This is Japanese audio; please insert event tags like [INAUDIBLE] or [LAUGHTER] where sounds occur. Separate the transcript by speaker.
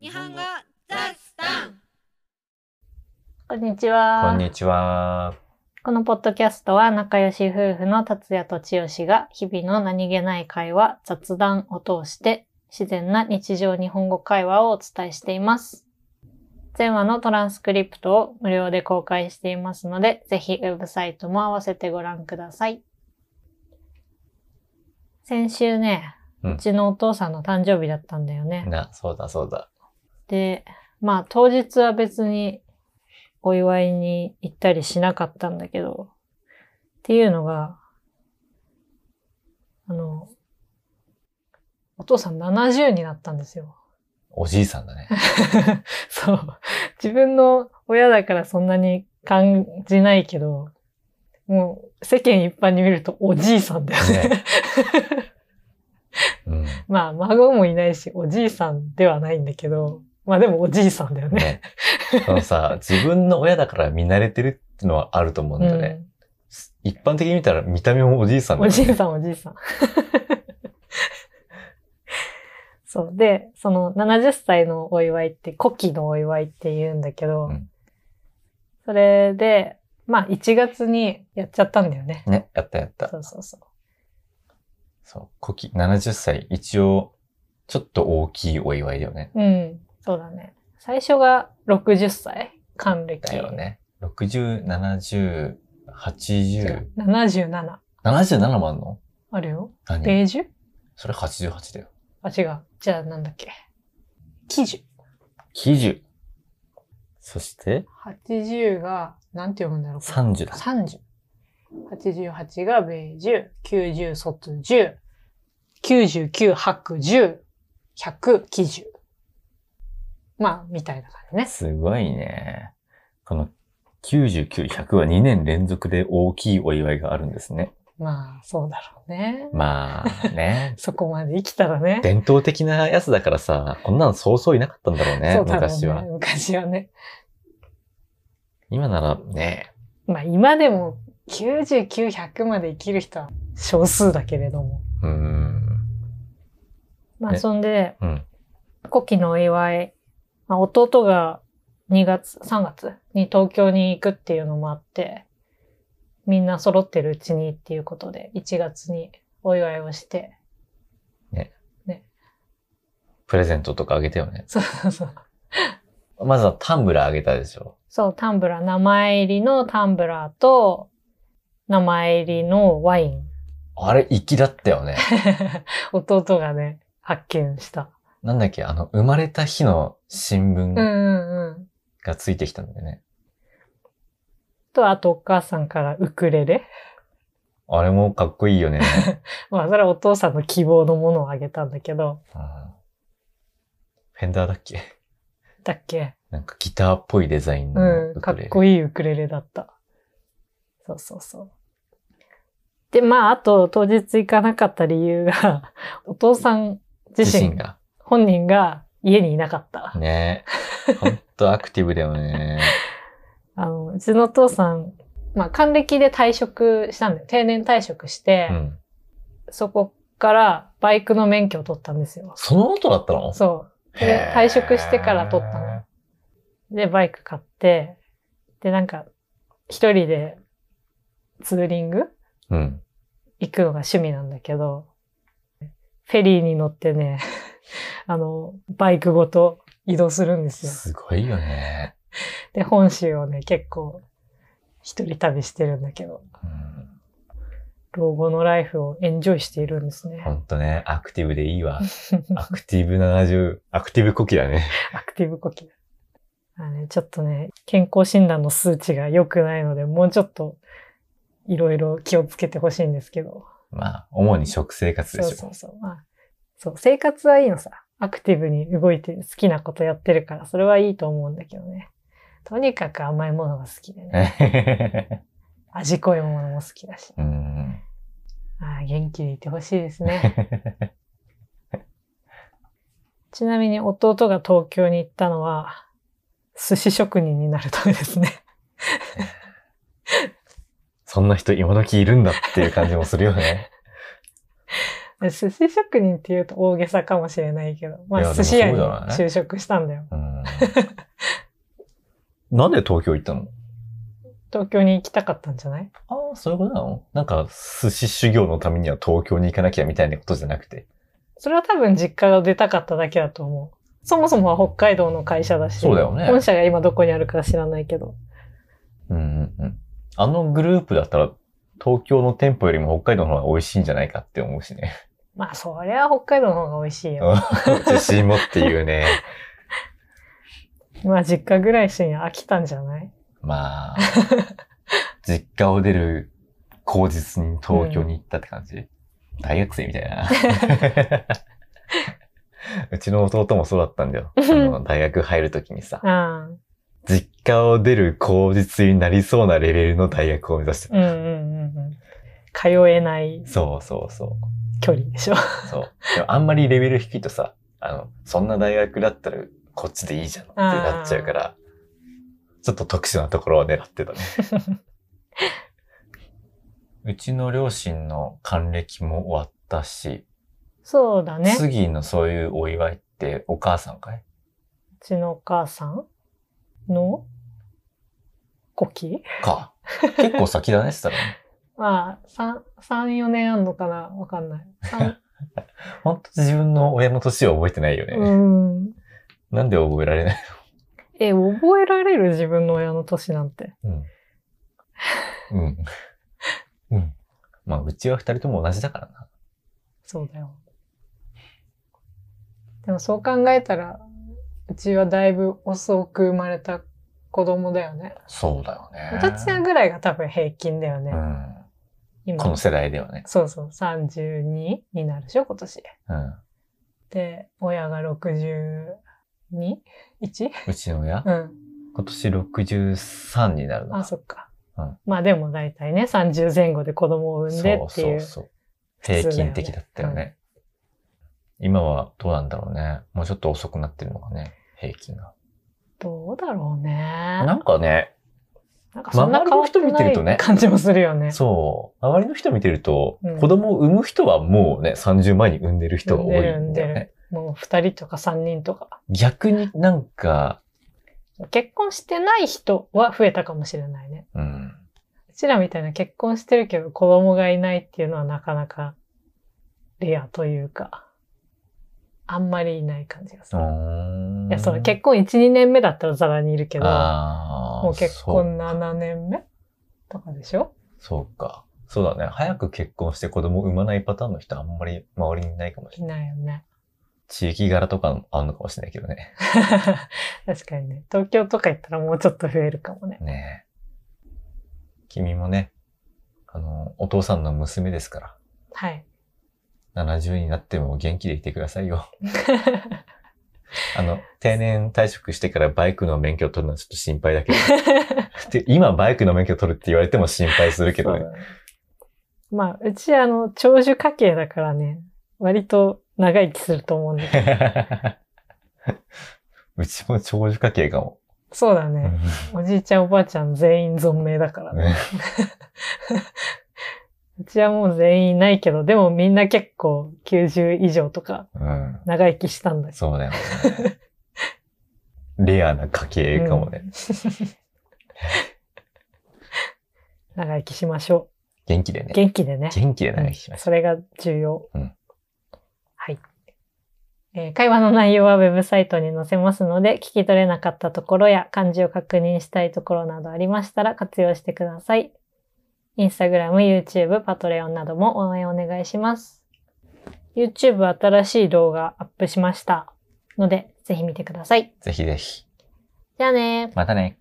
Speaker 1: 日本語ザスタン
Speaker 2: こんにち
Speaker 3: こ
Speaker 2: は
Speaker 3: ん。にちは。
Speaker 2: このポッドキャストは仲良し夫婦の達也と千代が日々の何気ない会話、雑談を通して自然な日常日本語会話をお伝えしています。前話のトランスクリプトを無料で公開していますので、ぜひウェブサイトも合わせてご覧ください。先週ね、
Speaker 3: うん
Speaker 2: うちのお父さんの誕生日だったんだよね。
Speaker 3: な、そうだそうだ。
Speaker 2: で、まあ当日は別にお祝いに行ったりしなかったんだけど、っていうのが、あの、お父さん70になったんです
Speaker 3: [LAUGHS]
Speaker 2: よ。
Speaker 3: おじいさん
Speaker 2: [LAUGHS]
Speaker 3: だね。
Speaker 2: そう。自分の親だからそんなに感じないけど、もう世間一般に見るとおじいさんだよね。
Speaker 3: ねうん。
Speaker 2: [LAUGHS] まあ孫もいないしおじいさんではないんだけど、まあでもおじいさんだよね。
Speaker 3: ね。そのさ、自分の親だから見慣れてるってのはあると思うんだよ
Speaker 2: うん
Speaker 3: ね。一般的に見たら見た目もおじいさんだ
Speaker 2: お
Speaker 3: よ
Speaker 2: じい
Speaker 3: ね。
Speaker 2: さん、おじい
Speaker 3: [LAUGHS]
Speaker 2: さん。そう。で、その70歳のお祝いって、古希のお祝いって言うんだけど、
Speaker 3: うん
Speaker 2: それで、まあ1月にやっちゃったんだよね。
Speaker 3: ね、やったやった
Speaker 2: そ。うそうそう。
Speaker 3: そう。古希70歳、一応、ちょっと大きいお祝いだよね。
Speaker 2: うん、そうだね。最初が60歳、還暦。
Speaker 3: だよね。60、70、80、
Speaker 2: 77。
Speaker 3: 77もあんの
Speaker 2: あるよ。
Speaker 3: 何
Speaker 2: ベージュ
Speaker 3: それ88だよ。
Speaker 2: あ、違う。じゃあなんだっけ。喜寿。
Speaker 3: 90。そして、
Speaker 2: 80が、なんて読むんだろう。
Speaker 3: 30だ。
Speaker 2: 30。88が米10、90卒10、99白10、100基準。まあ、みたいな感じね。
Speaker 3: すごいね。この99、100は2年連続で大きいお祝いがあるんですね。
Speaker 2: まあ、そうだろうね。。
Speaker 3: まあね
Speaker 2: [LAUGHS] そこまで生きたらね。
Speaker 3: 伝統的なやつだからさ、こんなのそうそういなかったんだろうね、
Speaker 2: そうだろうね
Speaker 3: 昔は。
Speaker 2: 昔はね。
Speaker 3: 今ならね、
Speaker 2: まあ、今でも99、100まで生きる人は少数だけれども。
Speaker 3: うーん。
Speaker 2: まあ、
Speaker 3: ね
Speaker 2: そんで、
Speaker 3: うん。
Speaker 2: 古希のお祝い、まあ、弟が2月、3月に東京に行くっていうのもあって、みんな揃ってるうちにっていうことで、1月にお祝いをして、
Speaker 3: プレゼントとかあげたよね。
Speaker 2: そうそうそう。
Speaker 3: まずはタンブラーあげたでしょ。
Speaker 2: そう、タンブラー、名前入りのタンブラーと、名前入りのワイン。 [LAUGHS]
Speaker 3: あれ、粋だったよね。
Speaker 2: 弟がね、発見した。
Speaker 3: なんだっけ、あの、生まれた日の新
Speaker 2: うん
Speaker 3: 聞
Speaker 2: うんうん。
Speaker 3: がついてきたんだよね。
Speaker 2: と、あとお母さんからウクレレ。
Speaker 3: あれもかっこい
Speaker 2: [LAUGHS]
Speaker 3: いよね。
Speaker 2: まあ、それはお父さんの希望のものをあげたんだけど、
Speaker 3: うんフェンダーだっけ
Speaker 2: だっけ
Speaker 3: なんかギターっぽいデザインの
Speaker 2: う
Speaker 3: ウ
Speaker 2: ん、かっ
Speaker 3: クレレ。
Speaker 2: こいいウクレレだった。そうそうそう。で、まあ、あと当日行かなかった理由が、 [LAUGHS] お父さん自
Speaker 3: 自
Speaker 2: 身、
Speaker 3: 身が。
Speaker 2: 本人が家にいなかった。
Speaker 3: ねえ。ほんとアクティブだ
Speaker 2: [LAUGHS]
Speaker 3: よね。
Speaker 2: あの、うちのお父さん、まあ、還暦で退職したんだよ。定年退職して、
Speaker 3: うん。
Speaker 2: そこからバイクの免許を取ったんですよ。
Speaker 3: その後だったの
Speaker 2: そう。で
Speaker 3: へえ
Speaker 2: 退職してから撮ったの。で、バイク買って、で、なんか、一人でツーリング
Speaker 3: うん。
Speaker 2: 行くのが趣味なんだけど、フェリーに乗ってね、 [LAUGHS] あの、バイクごと移動するんですよ。
Speaker 3: すごいよね。
Speaker 2: で、本州をね、結構、一人旅してるんだけど、
Speaker 3: うん。
Speaker 2: 老後のライフをエンジョイしているんですね
Speaker 3: ほ。んとね、アクティブでい
Speaker 2: [LAUGHS]
Speaker 3: いわ。アクティブ70、アクティブコキだね。
Speaker 2: アクティブ呼吸。あのねちょっとね、健康診断の数値が良くないので、もうちょっと、いろいろ気をつけてほしいんですけど。
Speaker 3: まあ、主に食生活で
Speaker 2: そう
Speaker 3: しょ。
Speaker 2: そうそう。まあ、そう、生活はいいのさ。アクティブに動いて好きなことやってるから、それはいいと思うんだけどね。とにかく甘いものが好きでね。味濃いものも好きだし。
Speaker 3: [LAUGHS] うん。 [LAUGHS]
Speaker 2: ああ、元気でいてほしいですね。ちなみに弟が東京に行ったのは、寿司職人になるためですね。 [LAUGHS]
Speaker 3: そんな人今時いるんだっていう感じもするよね。
Speaker 2: 寿司職人って言うと大げさかもしれないけど、ま
Speaker 3: いや
Speaker 2: あ寿司屋
Speaker 3: で
Speaker 2: に
Speaker 3: もそうじゃない
Speaker 2: 就職したんだよ。 [LAUGHS]
Speaker 3: うん。なんで東京行ったの
Speaker 2: 東京に行きたかったんじゃない
Speaker 3: ああ、そういうことなのなんか、寿司修行のためには東京に行かなきゃみたいなことじゃなくて。
Speaker 2: それは多分実家が出たかっただけだと思う。そもそもは北海道の会社だし、
Speaker 3: そうだよね
Speaker 2: 本社が今どこにあるかは知らないけど。
Speaker 3: うんうんうん。あのグループだったら、東京の店舗よりも北海道の方が美味しいんじゃないかって思うしね。
Speaker 2: まあそりゃ北海道の方が美味しいよ。
Speaker 3: [LAUGHS] 自信持って言うね。
Speaker 2: まあ実家ぐらいしに飽きたんじゃない
Speaker 3: まあ、実家を出る口実に東京に行ったって感じ。大学生みたいな。うちの弟もそうだったんだよ。あの大学入るときにさ、
Speaker 2: ああ、
Speaker 3: 実家を出る口実になりそうなレベルの大学を目指してた。
Speaker 2: うんうんうんうん。通えない
Speaker 3: そうそうそう。
Speaker 2: 距離でしょ。
Speaker 3: そう。でもあんまりレベル低いとさ、あの、そんな大学だったらこっちでいいじゃんってなっちゃうから、ちょっと特殊なところを狙ってたね。
Speaker 2: [LAUGHS]
Speaker 3: うちの両親の還暦も終わったし、
Speaker 2: そうだね。う
Speaker 3: 次のそういうお祝いってお母さ
Speaker 2: [LAUGHS]
Speaker 3: んかい
Speaker 2: ちのお母さんの古希
Speaker 3: か。結構先だね、したら、ね。
Speaker 2: まあ、三、三、四年あんのかなわかんない。 [LAUGHS] 三
Speaker 3: ほんと自分の親の年を覚えてないよね。
Speaker 2: うん。
Speaker 3: なんで覚えら
Speaker 2: [LAUGHS]
Speaker 3: れない
Speaker 2: え、覚えられる自分の親の年なんて。
Speaker 3: うん。うん。うん。まあ、うちは二人とも同じだからな。
Speaker 2: そうだよ。でもそう考えたら、うちはだいぶ遅く生まれた子供だよね。
Speaker 3: そうだよね
Speaker 2: 二十歳ぐらいが多分平均だよね。
Speaker 3: う
Speaker 2: 今
Speaker 3: ん、この世代ではね。
Speaker 2: そうそう、32になるでしょ、今年。
Speaker 3: うん、
Speaker 2: で、親が 62?1?
Speaker 3: うちの親、
Speaker 2: うん。
Speaker 3: 今年63になるの
Speaker 2: あ、そっか。
Speaker 3: うん
Speaker 2: まあでも大体ね、30前後で子供を産んでっていう。
Speaker 3: そうそうそう。平均的だったよね。今はどうなんだろうね。もうちょっと遅くなってるのかね。平均が。
Speaker 2: どうだろうね。
Speaker 3: な
Speaker 2: なん
Speaker 3: かね、
Speaker 2: んかそんな変わって
Speaker 3: 周りの人見てると
Speaker 2: な
Speaker 3: ね
Speaker 2: い感じもするよね。
Speaker 3: そう。周りの人見てると、
Speaker 2: うん
Speaker 3: 子供を産む人はもうね、30前に産んでる人が多いんだよ
Speaker 2: 産んでる産んで
Speaker 3: ね。
Speaker 2: もう2人とか3人とか。
Speaker 3: 逆になんか、
Speaker 2: 結婚してない人は増えたかもしれないね。
Speaker 3: うん。
Speaker 2: うちらみたいな結婚してるけど子供がいないっていうのはなかなかレアというか、あんまりいない感じがす
Speaker 3: う
Speaker 2: る。
Speaker 3: ーん
Speaker 2: いや、その結婚1、2年目だったらザラにいるけど、
Speaker 3: あー
Speaker 2: もう結
Speaker 3: そう
Speaker 2: 婚7年目とかでしょ
Speaker 3: そうか。そうだね。早く結婚して子供を産まないパターンの人はあんまり周りにいないかもしれ
Speaker 2: い
Speaker 3: ない。
Speaker 2: ないよね。 [LAUGHS]
Speaker 3: 地域柄とかあんのかもしれないけどね。 [LAUGHS]
Speaker 2: 確かにね。東京とか行ったらもうちょっと増えるかもね。
Speaker 3: ねえ。君もね、あの、お父さんの娘ですか
Speaker 2: はい。
Speaker 3: ら、70になっても元気でいてくださいよ。 [LAUGHS] あの、定年退職してからバイクの免許を取るのはちょっと心配だけど。で今バイクの免許取るって言われても心配するけどね
Speaker 2: そ。うだねまあ、うちあの、長寿家系だからね、割と長生きすると思うんだ
Speaker 3: [LAUGHS]
Speaker 2: けど。
Speaker 3: うちも長寿家系かも。
Speaker 2: そうだ
Speaker 3: う
Speaker 2: ね。
Speaker 3: ん
Speaker 2: おじいちゃんおばあちゃん全員存命だからね。
Speaker 3: ね
Speaker 2: [LAUGHS] うちはもう全員いないけど、でもみんな結構90以上とか
Speaker 3: うん
Speaker 2: 長生きしたんだし。
Speaker 3: そうだよね。レアな家系かもね。
Speaker 2: 長生きしましょ
Speaker 3: 元気で
Speaker 2: う。
Speaker 3: ね。
Speaker 2: 元気でね。
Speaker 3: 元気で長生きしましょ
Speaker 2: それが重要。
Speaker 3: うん
Speaker 2: はい、えー会話の内容はウェブサイトに載せますので、聞き取れなかったところや漢字を確認したいところなどありましたら活用してください。インスタグラム、YouTube、パトレオンなども応援お願いします。YouTube 新しい動画アップしましたので、ぜひ見てください。
Speaker 3: う。ぜひぜひ。
Speaker 2: じゃあねー。
Speaker 3: またね。